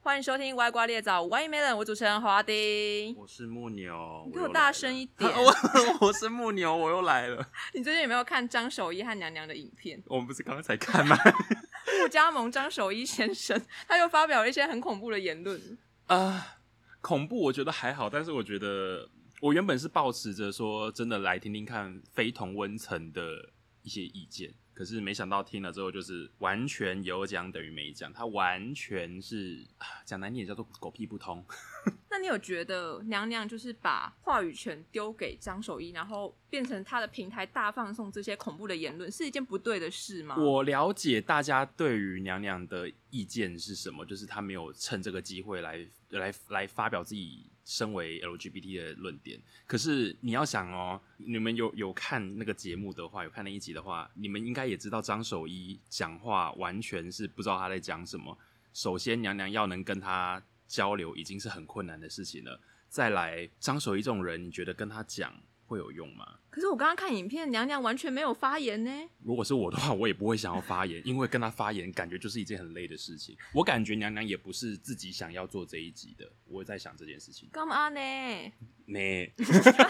欢迎收听《歪瓜裂枣歪 melon》，我主持人华丁。我是木牛，你给又我来大了声一点！ 我我是木牛，我又来了。你最近有没有看张守一和娘娘的影片？ 我们不是刚才看吗？ 顾家盟张守一先生，他又发表了一些很恐怖的言论。啊、恐怖我觉得还好，但是我觉得我原本是抱持着说真的来听听看非同温层的一些意见，可是没想到听了之后就是完全有讲等于没讲，他完全是啊讲难听点叫做狗屁不通。那你有觉得娘娘就是把话语权丢给张守一，然后变成他的平台大放送这些恐怖的言论，是一件不对的事吗？我了解大家对于娘娘的意见是什么，就是她没有趁这个机会来来来发表自己身为 LGBT 的论点。可是你要想哦，你们有有看那个节目的话，有看那一集的话，你们应该也知道张守一讲话完全是不知道他在讲什么。首先，娘娘要能跟他交流已经是很困难的事情了，再来张守一这种人，你觉得跟他讲会有用吗？可是我刚刚看影片，娘娘完全没有发言呢。如果是我的话，我也不会想要发言，因为跟他发言感觉就是一件很累的事情。我感觉娘娘也不是自己想要做这一集的，我在想这件事情。干嘛呢？没，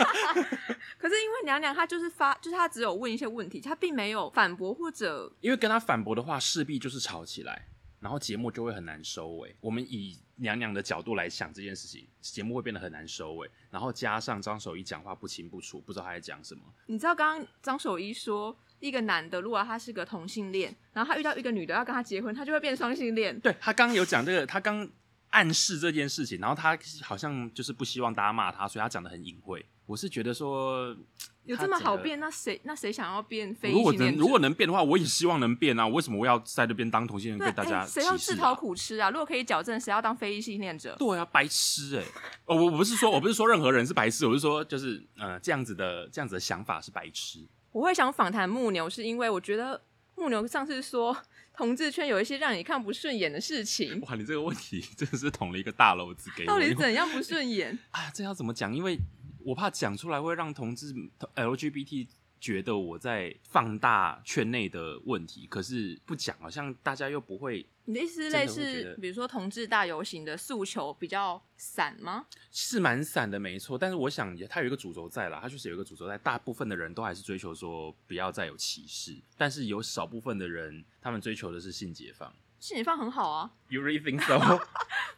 可是因为娘娘她就是发，就是她只有问一些问题，她并没有反驳或者因为跟他反驳的话，势必就是吵起来，然后节目就会很难收尾。我们以娘娘的角度来想这件事情，节目会变得很难收尾。然后加上张守一讲话不清不楚，不知道他在讲什么。你知道刚刚张守一说，一个男的如果他是个同性恋，然后他遇到一个女的要跟他结婚，他就会变双性恋。对他刚有讲这个，他刚暗示这件事情，然后他好像就是不希望大家骂他，所以他讲的很隐晦。我是觉得说，有这么好变？那谁那谁想要变非如异果性恋能者？如果能变的话，我也希望能变啊！为什么我要在这边当同性恋对被大家哎谁要歧视啊自讨苦吃啊？如果可以矫正，谁要当非异性恋者？对啊，白痴哎、哦，我我不是说我不是说任何人是白痴，我是说就是呃这样子的这样子的想法是白痴。我会想访谈木牛，是因为我觉得木牛上次说同志圈有一些让你看不顺眼的事情，哇，哎你这个问题真的是捅了一个大篓子给我。到底因为怎样不顺眼？ 啊，这要怎么讲？因为我怕讲出来会让同志 LGBT 觉得我在放大圈内的问题，可是不讲，好像大家又不会。你的意思是真的类会觉似得，比如说同志大游行的诉求比较散吗？是蛮散的，没错。但是我想，它有一个主轴在啦，它确实有一个主轴在。大部分的人都还是追求说不要再有歧视，但是有少部分的人，他们追求的是性解放。性解放很好啊， You really think so？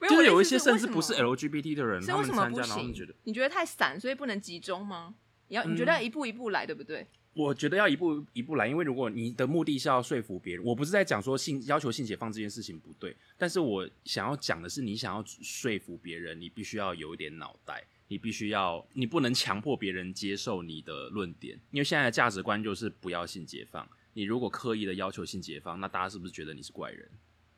没就是我有的一意思些甚为至什不是么 LGBT 的人，所以他为什们么参不加，然后他行？们觉得，你觉得太散，所以不能集中吗？你要你觉嗯得要一步一步来，对不对？我觉得要一步一步来，因为如果你的目的是要说服别人，我不是在讲说性要求性解放这件事情不对，但是我想要讲的是，你想要说服别人，你必须要有一点脑袋，你必须要，你不能强迫别人接受你的论点，因为现在的价值观就是不要性解放。你如果刻意的要求性解放，那大家是不是觉得你是怪人？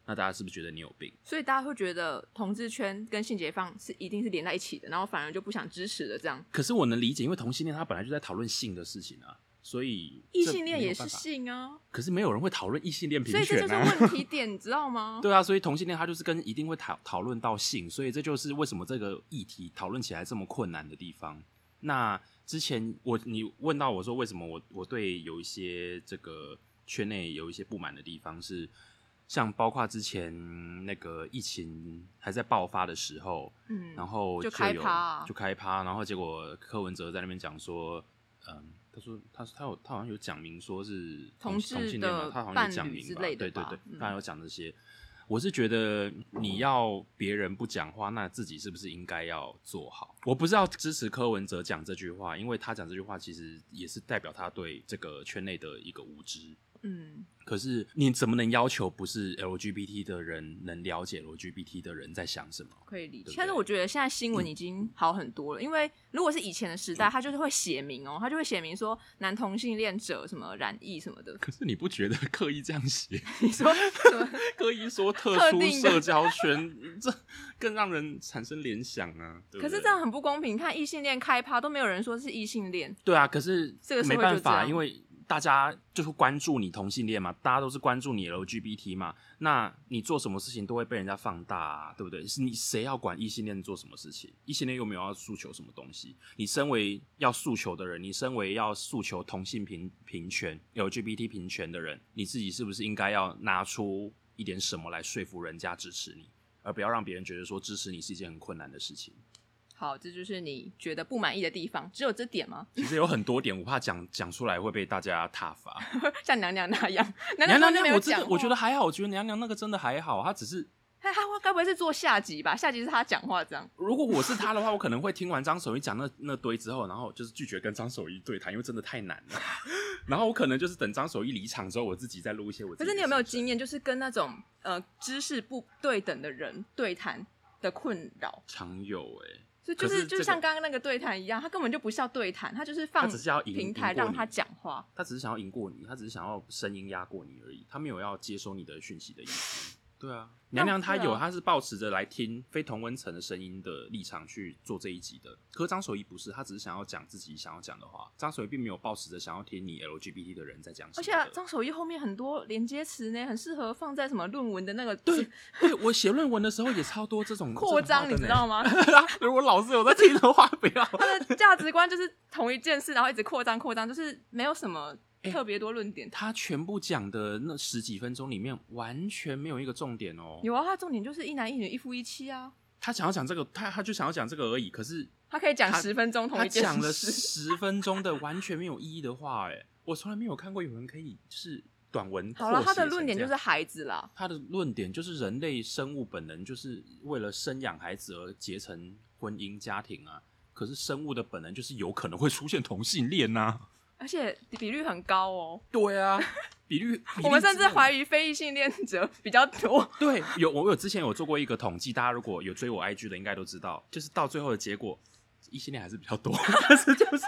那大家是不是觉得你有病？所以大家会觉得同志圈跟性解放是一定是连在一起的，然后反而就不想支持的这样。可是我能理解，因为同性恋他本来就在讨论性的事情啊，所以异这性恋没有也是办法，性啊，可是没有人会讨论异性恋平所以这就权是啊。问题点，你知道吗？ 对啊，所以同性恋他就是跟一定会讨讨论到性，所以这就是为什么这个议题讨论起来这么困难的地方。那之前我你问到我说为什么我我对有一些这个圈内有一些不满的地方是，像包括之前那个疫情还在爆发的时候，嗯，然后就就开有趴啊就开趴，然后结果柯文哲在那边讲说，嗯，他说他他有他好像有讲明说是同同志同性恋嘛的，他好像伴有讲侣明之吧类的对对吧对嗯，他有讲这些。我是觉得你要别人不讲话，那自己是不是应该要做好？我不是要支持柯文哲讲这句话，因为他讲这句话其实也是代表他对这个圈内的一个无知。嗯，可是你怎么能要求不是 LGBT 的人能了解 LGBT 的人在想什么？可以理解对。不但是对嗯我觉得现在新闻已经好很多了，因为如果是以前的时代，他就是会写明哦，他就会写明说男同性恋者什么染疫什么 的。可是你不觉得刻意这样 写，你说什么？刻意说特特殊定的社交圈，这更让人产生联想啊？对不可是对这样很不公平，看异性恋开趴都没有人说是异性恋，对啊，可是这个社会没办就这法，样因为大家就是关注你同性恋嘛，大家都是关注你 LGBT 嘛，那你做什么事情都会被人家放大、啊，对不对？是你谁要管异性恋做什么事情？异性恋又没有要诉求什么东西？你身为要诉求的人，你身为要诉求同性平平权、LGBT 平权的人，你自己是不是应该要拿出一点什么来说服人家支持你？而不要让别人觉得说支持你是一件很困难的事情。好，这就是你觉得不满意的地方，只有这点吗？ 其实有很多点，我怕讲讲出来会被大家挞伐。像娘娘那样，娘娘娘，没娘有我真讲哦的话，我觉得还好，我觉得娘娘那个真的还好，她只是他他该不会是做下集吧？下集是他讲话这样，如果我是他的话，我可能会听完张守一讲那那堆之后，然后就是拒绝跟张守一对谈，因为真的太难了。 然后我可能就是等张守一离场之后，我自己再录一些我自己可的心声。是你有没有经验，就是跟那种呃知识不对等的人对谈的困扰？常有哎、所以就可是是这就个像刚刚那个对谈一样，他根本就不叫对谈，他就是他放只是要赢平台赢过让他你讲话。他只是想要赢过你，他只是想要声音压过你而已，他没有要接收你的讯息的意思。 对啊，那娘娘她对有，啊她是抱持着来听非同温层的声音的立场去做这一集的。可是张守一不是，他只是想要讲自己想要讲的话。张守一并没有抱持着想要听你 LGBT 的人在讲而什么且的。啊张守一后面很多连接词呢，很适合放在什么论文的那个对，对我写论文的时候也超多这种扩张，你知道吗？吗？ 如果老师有在听的话，不要。他的价值观就是同一件事，然后一直扩张扩张，就是没有什么哎特别多论点。他全部讲的那十几分钟里面，完全没有一个重点哦。有啊，他重点就是一男一女一夫一妻啊，他想要讲这个，他他就想要讲这个而已。可是他可以讲他十分钟同他一件讲了 事。十分钟的完全没有意义的话，哎，我从来没有看过有人可以就是短文。好了，他的论点就是。孩子啦，他的论点就是人类生物本能就是为了生养孩子而结成婚姻家庭啊，可是生物的本能就是有可能会出现同性恋呐、而且比率很高哦。对啊，比率，比我们甚至怀疑。疑非异性恋者比较 多。对，有我有之前有做过一个统计，大家如果有追我 IG 的，应该都知道，就是到最后的结果，异性恋还是比较多， 但是就是，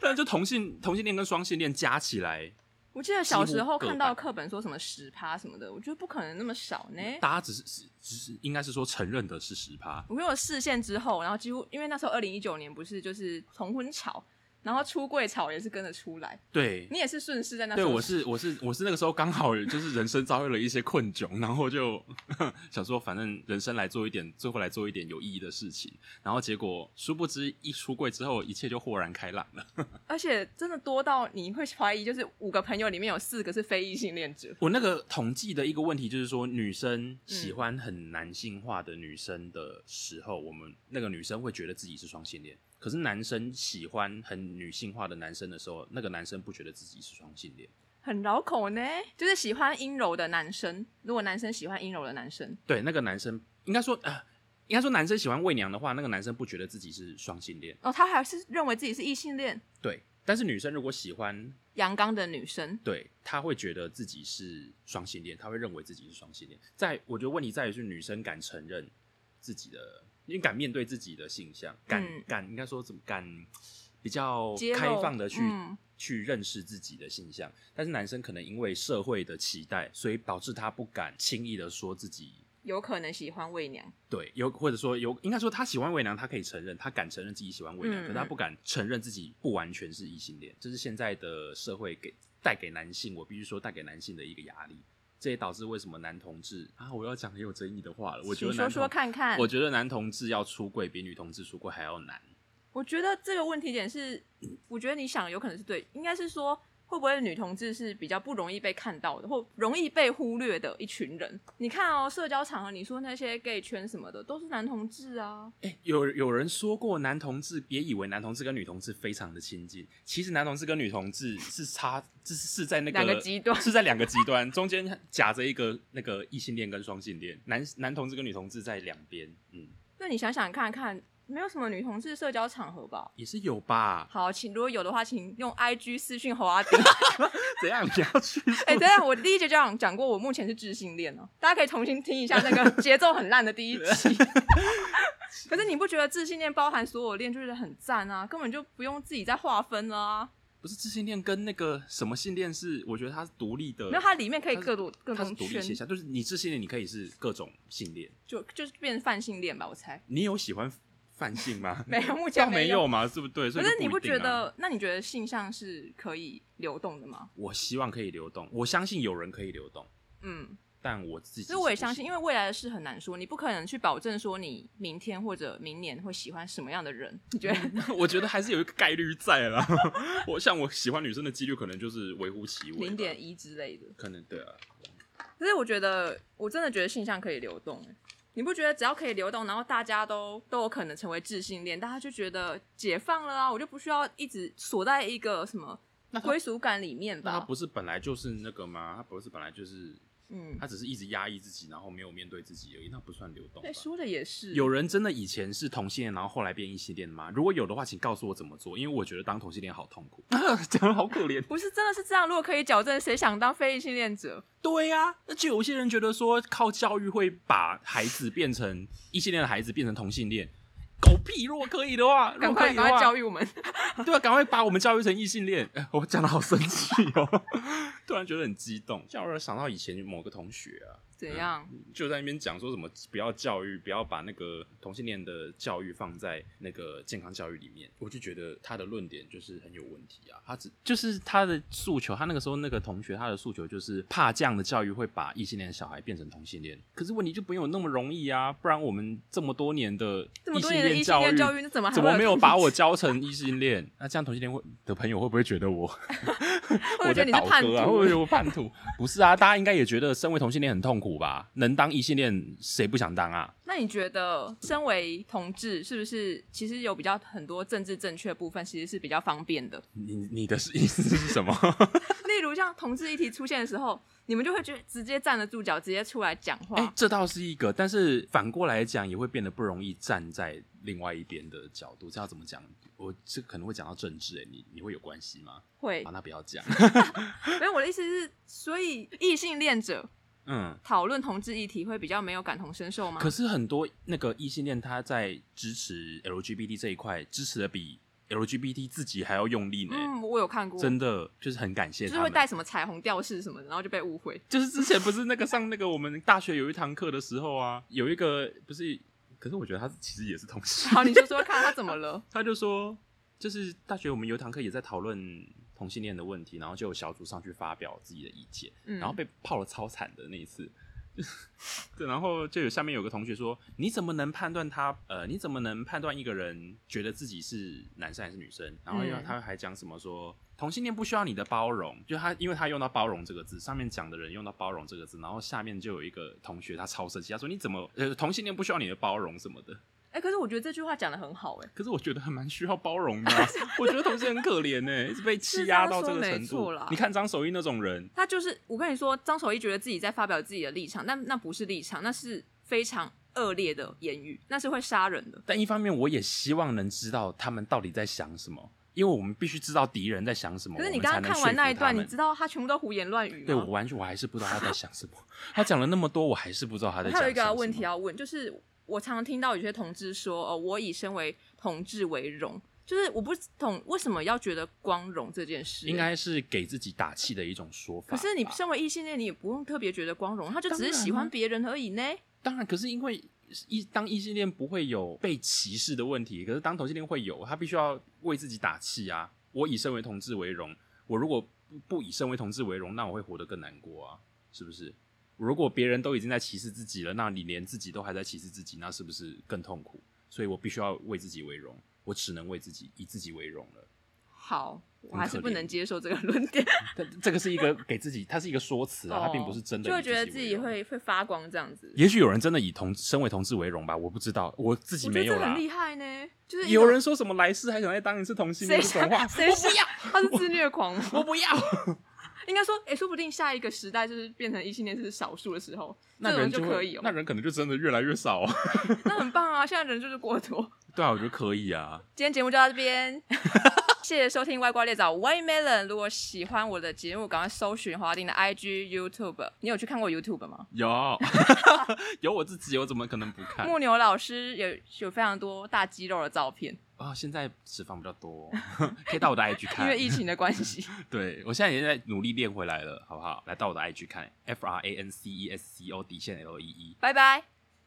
但就同性同性恋跟双性恋加起来，我记得小时候几乎各看到半课本说什么十趴什么的，我觉得不可能那么少呢。大家只是只只是应该是说承认的是十趴，我跟我视线之后，然后几乎因为那时候二零一九年不是就是同婚潮，然后出柜潮也是跟着出来，对。你也是顺势在那时对，候。我是我是我是那个时候刚好就是人生遭遇了一些困窘，然后就 想说反正人生来做一点，最后来做一点有意义的事情，然后结果殊不知一出柜之后，一切就豁然开朗了。而且真的多到你会怀疑，就是五个朋友里面有四个是非异性恋者。我那个统计的一个问题就是说，女生喜欢很男性化的女生的时候，我们那个女生会觉得自己是双性恋；可是男生喜欢很女性化的男生的时候，那个男生不觉得自己是双性恋。很绕口呢，就是喜欢阴柔的男生。如果男生喜欢阴柔的男生，对，那个男生应该说，呃，应该说男生喜欢媚娘的话，那个男生不觉得自己是双性恋。哦，他还是认为自己是异性恋，对，但是女生如果喜欢，阳刚的女生。对，她会觉得自己是双性恋，她会认为自己是双性恋。在我觉得问题在于是女生敢承认自己的，因为敢面对自己的性向，敢、嗯敢应该说怎么敢比较揭露开放的去、嗯去认识自己的性向。但是男生可能因为社会的期待，所以导致他不敢轻易的说自己。有可能喜欢媚娘，对，有或者说有，应该说他喜欢伪娘，他可以承认，他敢承认自己喜欢伪娘，嗯可他嗯不敢承认自己不完全是异性恋，这是现在的社会给带给男性，我必须说带给男性的一个压力，这也导致为什么男同志啊，我要讲很有争议的话了，我觉得请男说同说看看。我觉得男同志要出柜比女同志出柜还要难，我觉得这个问题点是，我觉得你想有可能是对，应该是说会不会女同志是比较不容易被看到的，或容易被忽略的一群人？你看哦，社交场合你说那些 gay 圈什么的，都是男同志啊，欸有有人说过，男同志别以为男同志跟女同志非常的亲近，其实男同志跟女同志是差，是是在那个两个极端是在两个极端中间夹着一个那个异性恋跟双性恋，男男同志跟女同志在两边，嗯，那你想想看看，没有什么女同志社交场合吧？也是有吧？ 好，请如果有的话，请用 IG 私讯侯阿迪。怎样？你要去？哎、等一下，我第一节就讲讲过，我目前是智性恋哦，大家可以重新听一下那个节奏很烂的第一集。 可是你不觉得自信恋包含所有恋就是很赞啊，根本就不用自己再划分了啊。不是自性恋跟那个什么性恋是，我觉得它是独立的，然后它里面可以它是各种各它是种独立圈，现象，就是你自性恋你可以是各种性恋，就就是变成泛性恋吧，我猜。你有喜欢泛性吗？没有，目前嗯倒没有。有嘛，是不对？所可以是就你不一觉定啊得？那你觉得性向是可以流动的吗？我希望可以流动，我相信有人可以流动，嗯，但我自己，所以我也相信，因为未来的事很难说，你不可能去保证说你明天或者明年会喜欢什么样的人。你觉得？ 为 我觉得还是有一个概率在啦。 我像我喜欢女生的几率，可能就是微乎其微，零点，一之类的。可能对啊。可是我觉得，我真的觉得性向可以流动、欸。你不觉得只要可以流动，然后大家都都有可能成为智性恋，大家就觉得解放了啊，我就不需要一直锁在一个什么那他归属感里面那他吧不？是本来就是那个吗？他不是本来就是，嗯，他只是一直压抑自己，然后没有面对自己而已，那不算流动吧对，？哎说的也是，有人真的以前是同性恋，然后后来变异性恋吗？如果有的话，请告诉我怎么做，因为我觉得当同性恋好痛苦， 讲的好可怜。不是真的是这样。如果可以矫正，谁想当非异性恋者？对呀、而且有些人觉得说靠教育会把孩子变成异性恋的孩子变成同性恋，狗屁！如果可以的话，如赶果可快以的赶快话，教育我们！ 对啊，赶快把我们教育成异性恋。呃我讲的好生气哦， 突然觉得很激动，叫我想到以前某个同学啊，怎样？就在那边讲说什么不要教育，不要把那个同性恋的教育放在那个健康教育里面，我就觉得他的论点就是很有问题啊。他只就是他的诉求，他那个时候那个同学他的诉求就是怕这样的教育会把异性恋小孩变成同性恋，可是问题就没有那么容易啊，不然我们这么多年的这么异多性年的异性恋教恋育。教育，那怎么还怎会么没有同把我教成异性恋？那这样同性恋会的朋友会不会觉得我会 我觉得在你是倒叛戈啊，徒我， 有叛徒，不是啊？大家应该也觉得身为同性恋很痛苦吧？能当异性恋，谁不想当啊？那你觉得，身为同志，是不是其实有比较很多政治正确的部分，其实是比较方便的？ 你你的意思是什么？例如像同志议题出现的时候，你们就会觉得直接站得住脚，直接出来讲话。哎、这倒是一个，但是反过来讲，也会变得不容易站在另外一边的角度。这要怎么讲？我这可能会讲到政治、哎，你你会有关系吗？会好，，那不要 讲。没有我的意思是，所以异性恋者嗯，讨论同志议题会比较没有感同身受吗？可是很多那个异性恋，他在支持 LGBT 这一块，支持的比 LGBT 自己还要用力呢、嗯，我有看过，真的就是很感谢就他是会们。带什么彩虹吊饰什么的，然后就被误会。就是之前不是那个上那个我们大学有一堂课的时候啊，有一个不是，可是我觉得他其实也是同性，好，你就说看他怎么了？他就说，就是大学我们有一堂课也在讨论同性恋的问题，然后就有小组上去发表自己的意见，嗯， 然后被泡了超惨的那一次。 对，然后就有下面有个同学说：“你怎么能判断他？呃，你怎么能判断一个人觉得自己是男生还是女生？”然后又嗯他还讲什么说同性恋不需要你的包容，就他因为他用到包容这个字，上面讲的人用到包容这个字，然后下面就有一个同学他超生气，他说：“你怎么呃同性恋不需要你的包容什么的？”哎、可是我觉得这句话讲的很好、哎，可是我觉得还蛮需要包容的啊、 我觉得同性恋很可怜呢、欸一直被欺是这压样到这说个没程度错啦。你看张守一那种人，他就是我跟你说，张守一觉得自己在发表自己的立场，但那不是立场，那是非常恶劣的言语，那是会杀人的。但一方面，我也希望能知道他们到底在想什么，因为我们必须知道敌人在想什么。可是你我们刚才刚能看完那一段，说你服知道他全部都胡言乱语啊吗？他们对我完全我还是不知道他在想什么。他讲了那么多，我还是不知道他在还讲什么。有一个问题要问，就是我常常听到有些同志说，呃，我以身为同志为荣，就是我不懂为什么要觉得光荣这件事。应。该是给自己打气的一种说法吧。可是你身为异性恋，你也不用特别觉得光荣，他就只是喜欢别人而已呢。当然，可是因为异当异性恋不会有被歧视的问题，可是当同性恋会有，他必须要为自己打气啊。我以身为同志为荣，我如果不不以身为同志为荣，那我会活得更难过啊，是不是？如果别人都已经在歧视自己了，那你连自己都还在歧视自己，那是不是更痛苦？所以我必须要为自己为荣，我只能为自己以自己为荣了。好，我很还是可不怜能接受这个论点。但这个是一个给自己，它是一个说辞啊，它并不是真的。哦就会觉得自己会。会会发光这样子。也许有人真的以同身为同志为荣吧，我不知道，我自己我觉没得有这啦很。厉害呢，就是一有种人说什么来世还想再当一次同性谁恋这想种话，谁我不想要， 他是自虐狂吗？ 我不要。应该说，哎、说不定下一个时代就是变成异性恋是少数的时候，那这人种就会可以哦、那人可能就真的越来越少啊。那很棒啊！现在人就是过多。对啊，我觉得可以 啊。今天节目就到这边，谢谢收听外挂猎枣 Watermelon。如果喜欢我的节目，赶快搜寻华丁的 IG、YouTube。你有去看过 YouTube 吗？有 有我自己，我怎么可能不看木牛老师有有非常多大肌肉的照片，啊、现在脂肪比较多，可以到我的 IG 因看为。疫情的关系。对我现在也在努力练回来了，好不好？来到我的 IG 看，F R A N C E S C O 底线 L E E。拜拜。